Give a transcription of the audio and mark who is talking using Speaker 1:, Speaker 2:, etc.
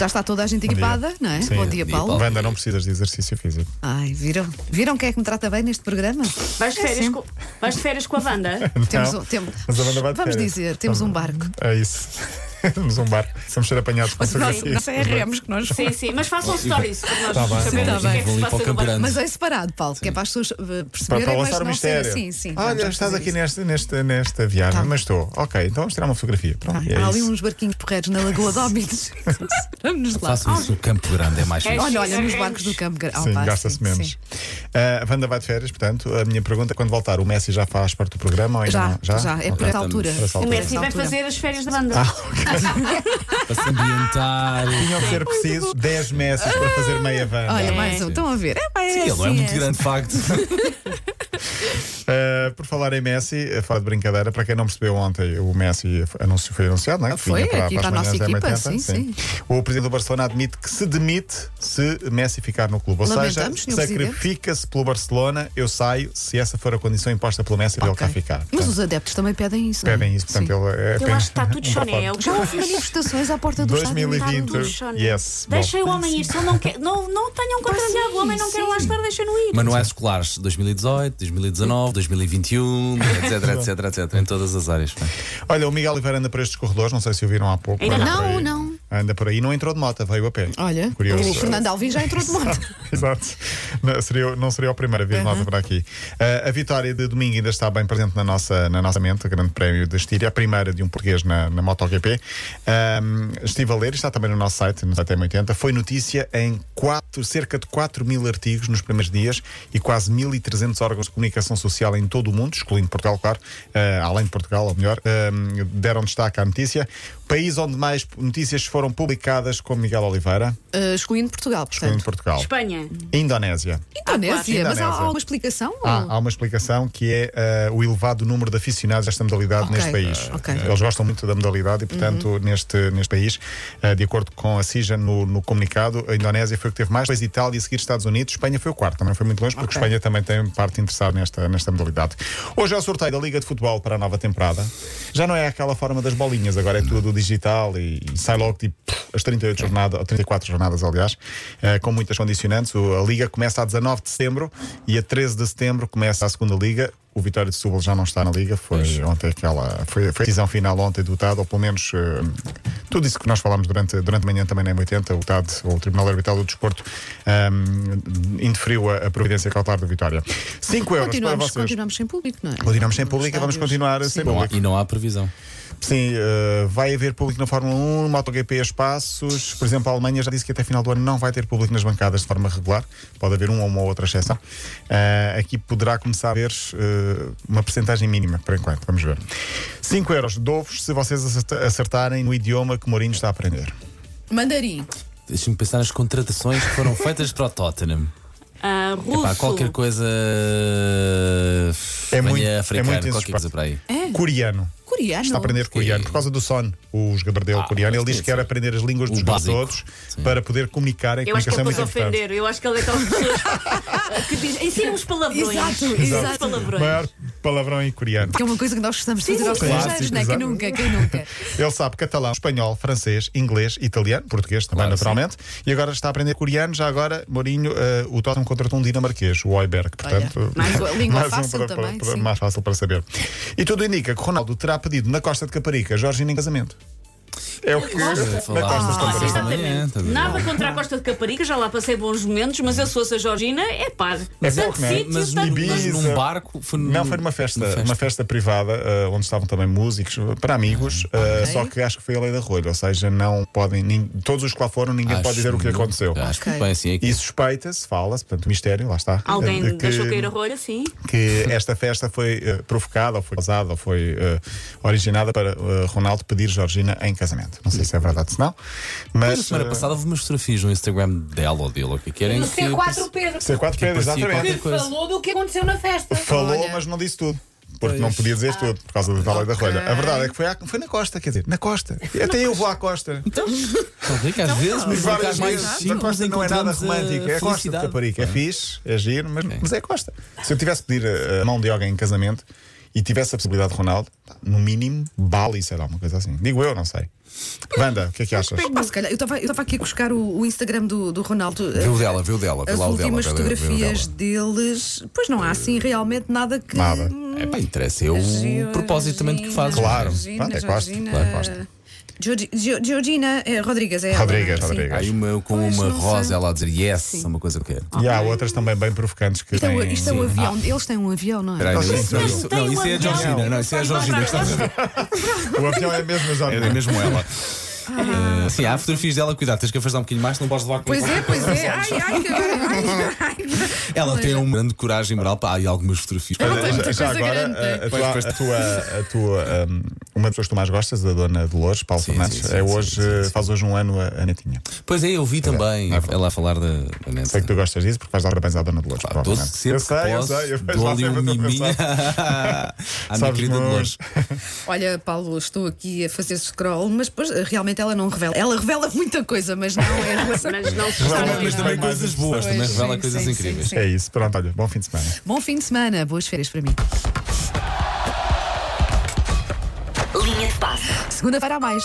Speaker 1: Já está toda a gente equipada, não é?
Speaker 2: Sim.
Speaker 1: Bom dia, Paulo.
Speaker 2: Wanda, não precisas de exercício físico.
Speaker 1: Ai, viram? Viram quem é que me trata bem neste programa?
Speaker 3: Vais de
Speaker 1: É
Speaker 3: férias, com, vais de férias com a banda?
Speaker 1: Temos
Speaker 2: Não,
Speaker 1: um- temos-
Speaker 2: mas a Wanda vai de
Speaker 1: vamos
Speaker 2: férias.
Speaker 1: dizer, temos um barco.
Speaker 2: É isso. temos um barco. Vamos ser apanhados com
Speaker 1: Nós,
Speaker 2: certeza.
Speaker 1: nós é remos que nós.
Speaker 3: Sim, sim, mas façam stories para nós
Speaker 4: Tá bem,
Speaker 3: sabermos
Speaker 1: tá
Speaker 3: o que
Speaker 1: bem.
Speaker 3: é que
Speaker 4: Vou
Speaker 3: se
Speaker 4: ali
Speaker 3: passa
Speaker 4: para o
Speaker 3: no
Speaker 4: Campeonato.
Speaker 3: barco.
Speaker 1: Mas é separado, Paulo, que é para as pessoas eh,
Speaker 2: Para,
Speaker 1: perceberem.
Speaker 2: para
Speaker 1: mas
Speaker 2: lançar o
Speaker 1: não
Speaker 2: mistério.
Speaker 1: serem- Sim, sim.
Speaker 2: Olha,
Speaker 1: vamos
Speaker 2: estás
Speaker 1: fazer
Speaker 2: aqui
Speaker 1: isso.
Speaker 2: nesta, nesta, nesta viagem,
Speaker 1: Tá.
Speaker 2: mas estou. Ok, então vamos tirar uma fotografia. Pronto, é
Speaker 1: Há ali
Speaker 2: isso.
Speaker 1: uns barquinhos porreiros na Lagoa de Óbidos. Vamos lá.
Speaker 4: Façam isso, o Campo Grande é mais
Speaker 3: É
Speaker 4: fixe.
Speaker 1: Olha, olha, nos
Speaker 3: Sim.
Speaker 1: barcos do Campo Grande.
Speaker 2: Sim,
Speaker 1: Oh, pá,
Speaker 2: gasta-se
Speaker 1: sim,
Speaker 2: menos.
Speaker 1: sim.
Speaker 2: Ah, a Wanda vai de férias, portanto, a minha pergunta é quando voltar, o Messi já faz parte do programa ou ainda
Speaker 1: Já,
Speaker 2: não?
Speaker 1: já, é por
Speaker 4: Ok,
Speaker 1: essa
Speaker 4: estamos-
Speaker 1: altura.
Speaker 2: Por essa
Speaker 3: O
Speaker 2: altura.
Speaker 3: Messi vai
Speaker 1: Altura.
Speaker 3: fazer as férias da banda.
Speaker 4: Ah, Para se
Speaker 1: É
Speaker 4: ambientar.
Speaker 2: Tinham de um ser precisos 10 Messi para fazer meia Wanda.
Speaker 1: Olha,
Speaker 3: É.
Speaker 1: mais um, estão a ver. É, pá, é
Speaker 4: Ele não é
Speaker 1: assim,
Speaker 4: muito
Speaker 1: é
Speaker 4: grande, de facto.
Speaker 2: Uh, por falar em Messi, uh, fora de brincadeira, para quem não percebeu ontem, o Messi anuncio, foi anunciado, não é? Que
Speaker 1: Foi,
Speaker 2: vinha
Speaker 1: aqui
Speaker 2: as
Speaker 1: para a
Speaker 2: manhãs
Speaker 1: nossa
Speaker 2: da
Speaker 1: equipa,
Speaker 2: 80,
Speaker 1: sim, sim.
Speaker 2: O presidente do Barcelona admite que se demite se Messi ficar no clube. Ou seja,
Speaker 1: Lamentamos, senhor presidente.
Speaker 2: sacrifica-se pelo Barcelona, eu saio, se essa for a condição imposta pelo Messi para ele
Speaker 1: Ok.
Speaker 2: cá ficar.
Speaker 1: Mas
Speaker 2: Portanto,
Speaker 1: os adeptos também pedem isso. não é?
Speaker 2: pedem isso, portanto,
Speaker 1: Sim.
Speaker 2: ele é
Speaker 3: Eu acho que está tudo
Speaker 2: apenas-
Speaker 3: choné. é o que
Speaker 1: Já
Speaker 3: eu
Speaker 1: houve
Speaker 3: fiz.
Speaker 1: manifestações à porta do estádio.
Speaker 2: 2020.
Speaker 3: Tudo choné.
Speaker 2: Yes. Bom.
Speaker 3: Deixem o homem ir, se ele não quer. Não, não tenham contrariado, o homem não
Speaker 1: sim.
Speaker 3: quer lá estar, deixem-no ir.
Speaker 4: Manuais é escolares 2018, 2019, 2021, etc, etc, etc. Em todas as áreas. pá.
Speaker 2: Olha, o Miguel Oliveira anda por estes corredores, não sei se ouviram há pouco.
Speaker 3: Ainda
Speaker 2: anda
Speaker 1: não.
Speaker 2: por aí-
Speaker 1: Não, não.
Speaker 2: Anda por aí, não entrou de moto, veio a pé.
Speaker 1: Olha,
Speaker 2: é. Curioso.
Speaker 1: o Fernando Alvim já entrou de moto.
Speaker 2: Exato. Não seria, não seria a primeira vez nota para aqui. Ah, a vitória de domingo ainda está bem presente na nossa, na nossa mente, o Grande Prémio da Estíria, a primeira de um português na, na MotoGP. Ahm, estive a ler, está também no nosso site, no site M80. Foi notícia em quatro, cerca de 4 mil artigos nos primeiros dias e quase 1.300 órgãos de comunicação social em todo o mundo, excluindo Portugal, claro, ah, além de Portugal, ou melhor, ahm, deram destaque à notícia. País onde mais notícias foram publicadas, com Miguel Oliveira,
Speaker 1: Uh, excluindo Portugal,
Speaker 2: excluindo
Speaker 1: portanto.
Speaker 2: Portugal.
Speaker 3: Espanha.
Speaker 2: Indonésia.
Speaker 1: Indonésia, mas há
Speaker 2: Indonésia. Ah,
Speaker 1: alguma explicação? ou-
Speaker 2: Há, há uma explicação que é eh, o elevado número de aficionados desta modalidade
Speaker 1: Ok,
Speaker 2: neste país.
Speaker 1: ok. Uhum.
Speaker 2: Eles gostam muito da modalidade e, portanto, neste, neste país, eh, de acordo com a CIJA no, no comunicado, a Indonésia foi o que teve mais, depois Itália, a seguir Estados Unidos, Espanha foi o quarto, também não foi muito longe, porque
Speaker 1: Ok.
Speaker 2: Espanha também tem parte interessada nesta, nesta modalidade. Hoje é o sorteio da Liga de Futebol para a nova temporada. Já não é aquela forma das bolinhas, agora é tudo digital e, e sai logo tipo pff, as 38 jornadas, ou 34 jornadas, aliás, eh, com muitas condicionantes. O- a Liga começa a 19 de setembro e a 13 de setembro começa a segunda Liga. O Vitória de Setúbal já não está na Liga, foi ontem aquela. Foi, foi a decisão final ontem do TAD, ou pelo menos eh, tudo isso que nós falámos durante, durante a manhã também na M80, o TAD, ou o Tribunal Arbitral do Desporto, ehm, indeferiu a, a providência cautelar do Vitória. 5 euros para
Speaker 1: Continuamos,
Speaker 2: vocês.
Speaker 1: continuamos sem público, não é?
Speaker 2: Continuamos sem público e
Speaker 1: Estádios.
Speaker 2: vamos continuar sem
Speaker 4: Não há-
Speaker 2: público.
Speaker 4: e não há previsão.
Speaker 2: Sim, eh, vai haver público na Fórmula 1, MotoGP a espaços. Por exemplo, a Alemanha já disse que até final do ano não vai ter público nas bancadas de forma regular. Pode haver uma ou uma outra exceção. Eh, aqui poderá começar a haver eh, uma percentagem mínima, por enquanto. Vamos ver. 5 euros dou-vos se vocês acerta- acertarem no idioma que Mourinho está a aprender.
Speaker 1: Mandarim.
Speaker 4: Deixa-me pensar nas contratações que foram feitas para o Tottenham.
Speaker 3: Ah, russo.
Speaker 4: Epá, qualquer coisa.
Speaker 2: É
Speaker 4: venha
Speaker 2: muito- é
Speaker 4: africano,
Speaker 2: muito
Speaker 4: qualquer coisa para aí.
Speaker 3: É.
Speaker 2: Coreano.
Speaker 3: Ah,
Speaker 1: Coreano.
Speaker 2: Está a aprender coreano por causa do Son, o jogador dele
Speaker 4: Ah,
Speaker 2: coreano. Ele
Speaker 4: sim,
Speaker 2: diz que quer
Speaker 4: sim.
Speaker 2: aprender as línguas dos
Speaker 4: O básico.
Speaker 2: jogadores
Speaker 4: Sim.
Speaker 2: para poder comunicar. A
Speaker 3: Eu acho que
Speaker 2: comunicação
Speaker 3: ele
Speaker 2: é
Speaker 3: pôs
Speaker 2: muito
Speaker 3: a
Speaker 2: importante.
Speaker 3: ofender. Eu acho que ele é daquelas pessoas que dizem. Ensina uns palavrões.
Speaker 1: Exato,
Speaker 3: Ensina uns
Speaker 1: exato.
Speaker 3: palavrões.
Speaker 2: Maior palavrão em coreano.
Speaker 1: Que é uma coisa que nós gostamos de fazer aos
Speaker 2: sim,
Speaker 1: estrangeiros,
Speaker 2: sim,
Speaker 1: não é? Quem
Speaker 2: exato.
Speaker 1: nunca, quem nunca.
Speaker 2: Ele sabe catalão, espanhol, francês, inglês, italiano, português também,
Speaker 4: Claro,
Speaker 2: naturalmente. E agora está a aprender coreano. Já agora, Mourinho, eh, o Tottenham contratou um dinamarquês, o Oiberg. Portanto,
Speaker 1: mais uma língua
Speaker 2: mais um
Speaker 1: fácil
Speaker 2: para- para-
Speaker 1: também,
Speaker 2: para-
Speaker 1: sim.
Speaker 2: mais fácil para saber. E tudo indica que Ronaldo terá pedido na Costa de Caparica Jorginho em casamento. É o
Speaker 4: Já
Speaker 2: que. Na
Speaker 4: falámos
Speaker 2: Costa de
Speaker 4: das
Speaker 3: Ah,
Speaker 4: compras
Speaker 2: Caparica.
Speaker 4: da manhã, tá
Speaker 3: exatamente.
Speaker 4: estás a ver?
Speaker 3: Nada contra a Costa de Caparica, já lá passei bons momentos, mas eu se fosse a Georgina, é pá.
Speaker 2: Mas
Speaker 3: tanto
Speaker 2: pouco,
Speaker 1: Assim,
Speaker 2: não é?
Speaker 3: sítio,
Speaker 4: Mas,
Speaker 3: tanto-
Speaker 4: num- mas
Speaker 2: Ibiza.
Speaker 4: num barco. Foi num-
Speaker 2: Não, foi numa festa,
Speaker 4: numa
Speaker 2: uma festa privada, eh, onde estavam também músicos, eh, para amigos,
Speaker 1: Ah,
Speaker 2: eh, só que acho que foi a lei da rolha, ou seja, não podem, nin- todos os que lá foram, ninguém pode
Speaker 4: Acho É,
Speaker 2: dizer o que
Speaker 4: muito-
Speaker 2: aconteceu.
Speaker 4: Acho que
Speaker 1: Ok.
Speaker 4: bem, sim. aqui.
Speaker 2: E suspeita-se, fala-se, portanto, mistério, lá está.
Speaker 3: Alguém
Speaker 2: de
Speaker 3: deixou cair a rolha, sim.
Speaker 2: que esta festa foi eh, provocada, ou foi causada, ou foi eh, originada para eh, Ronaldo pedir Georgina em casamento. Não sei se é verdade ou se não,
Speaker 4: Mas
Speaker 2: mas.
Speaker 4: Na semana
Speaker 2: eh,
Speaker 4: passada houve umas fotografias no Instagram dela ou dele, ou o que querem.
Speaker 5: No C4 Pedro
Speaker 4: é
Speaker 2: C4 eh, Pedro,
Speaker 4: parecia
Speaker 2: exatamente.
Speaker 4: qualquer coisa.
Speaker 5: falou do que aconteceu na festa.
Speaker 2: Falou,
Speaker 1: Olha.
Speaker 2: mas não disse tudo. Porque não podia dizer tudo por causa da tal lei da rolha.
Speaker 3: Ah,
Speaker 2: A verdade é que foi, à- foi na costa, quer dizer, na costa. Até eu vou à costa.
Speaker 4: Então, só digo que às vezes,
Speaker 2: E
Speaker 4: nos
Speaker 2: várias
Speaker 4: locais mais
Speaker 2: vezes. A
Speaker 4: simples,
Speaker 2: costa não é nada
Speaker 4: encontramos a
Speaker 2: romântico. É a costa de
Speaker 4: felicidade.
Speaker 2: eh, Caparica. É fixe, é giro, mas, mas é a costa. Se eu tivesse de pedir a, a mão de alguém em casamento, e tivesse a possibilidade de Ronaldo, no mínimo, Bali, sei lá, uma coisa assim. Digo eu, não sei. Wanda, o que é que achas?
Speaker 1: Pá, se calhar, eu estava eu estava aqui a buscar o, o Instagram do, do Ronaldo.
Speaker 4: Viu dela, viu dela, vê
Speaker 1: As
Speaker 4: lá o dela.
Speaker 1: últimas
Speaker 4: vê- vê o dela.
Speaker 1: fotografias deles. Pois não há assim realmente nada que.
Speaker 2: Nada.
Speaker 4: É pá, interessa, é
Speaker 1: Gio-
Speaker 4: o propósito também que fazes.
Speaker 2: Claro.
Speaker 1: Georgina,
Speaker 2: Pronto, é Costa,
Speaker 1: Georgina-
Speaker 2: claro, Costa.
Speaker 1: Georgi- Gio- Georgina eh, Rodrigues é ela,
Speaker 2: Rodrigues,
Speaker 1: não é? Sim.
Speaker 2: Rodrigues.
Speaker 4: Há aí uma com
Speaker 1: Pois,
Speaker 4: uma
Speaker 1: não
Speaker 4: rosa
Speaker 1: sei. Ah.
Speaker 4: ela a dizer yes, uma coisa que é.
Speaker 2: E há outras também bem provocantes que
Speaker 1: Isto é, o-
Speaker 2: têm.
Speaker 1: isto é o avião. Eles têm um avião, não é?
Speaker 4: Peraí, não,
Speaker 2: Sim,
Speaker 4: isso, não,
Speaker 2: mas
Speaker 4: isso,
Speaker 3: tem
Speaker 4: não,
Speaker 3: um
Speaker 4: isso é a
Speaker 3: avião.
Speaker 4: Georgina, não, isso é a Georgina que está a dizer.
Speaker 2: O avião é mesmo a Jorge.
Speaker 4: É mesmo ela. Eh, sim, há fotografias dela, cuidado, tens que afastar um bocadinho mais, não podes levar com
Speaker 1: Ah. Pois é, pois é. Ai, ai, que- ai, ai.
Speaker 4: Ela
Speaker 1: é.
Speaker 4: tem uma grande coragem moral, pá, há aí algumas fotografias.
Speaker 1: Tem muita
Speaker 2: Já- Já
Speaker 1: coisa
Speaker 2: agora, eh,
Speaker 1: grande. né?
Speaker 2: a-
Speaker 4: Pois,
Speaker 2: a tua-
Speaker 4: pois.
Speaker 2: a tua- a tua, um, uma das pessoas que tu mais gostas, da dona Dolores, Paulo
Speaker 4: Sim,
Speaker 2: Fernandes,
Speaker 4: sim, sim,
Speaker 2: é
Speaker 4: sim,
Speaker 2: hoje,
Speaker 4: sim, sim.
Speaker 2: faz hoje um ano a a netinha.
Speaker 4: Pois é, eu vi também ela a falar da da neta.
Speaker 2: Sei que tu gostas disso porque vais dar parabéns à dona Dolores.
Speaker 4: Pá, dou
Speaker 2: provavelmente.
Speaker 4: sempre
Speaker 2: eu sei,
Speaker 4: que
Speaker 2: eu
Speaker 4: posso,
Speaker 2: sei, eu vejo lá
Speaker 4: dou-lhe
Speaker 2: sempre
Speaker 4: um
Speaker 2: a tua
Speaker 4: miminha
Speaker 2: mensagem.
Speaker 4: à minha
Speaker 2: Sabes
Speaker 4: querida
Speaker 2: muito.
Speaker 4: Dolores.
Speaker 1: Olha, Paulo, estou aqui a fazer scroll, mas pois, realmente ela não revela. Ela revela muita coisa, mas não é em relação.
Speaker 3: Mas não se
Speaker 2: Revela-
Speaker 4: Mas
Speaker 2: Mas
Speaker 3: está bem.
Speaker 4: também
Speaker 2: também
Speaker 4: coisas
Speaker 2: mais-
Speaker 4: boas, também
Speaker 1: Pois,
Speaker 4: revela
Speaker 1: sim,
Speaker 4: coisas
Speaker 1: sim,
Speaker 4: incríveis.
Speaker 1: sim, sim.
Speaker 2: É isso, pronto, olha, bom fim de semana.
Speaker 1: Bom fim de semana, boas férias para mim.
Speaker 6: Linha de passe.
Speaker 1: Segunda-feira a mais.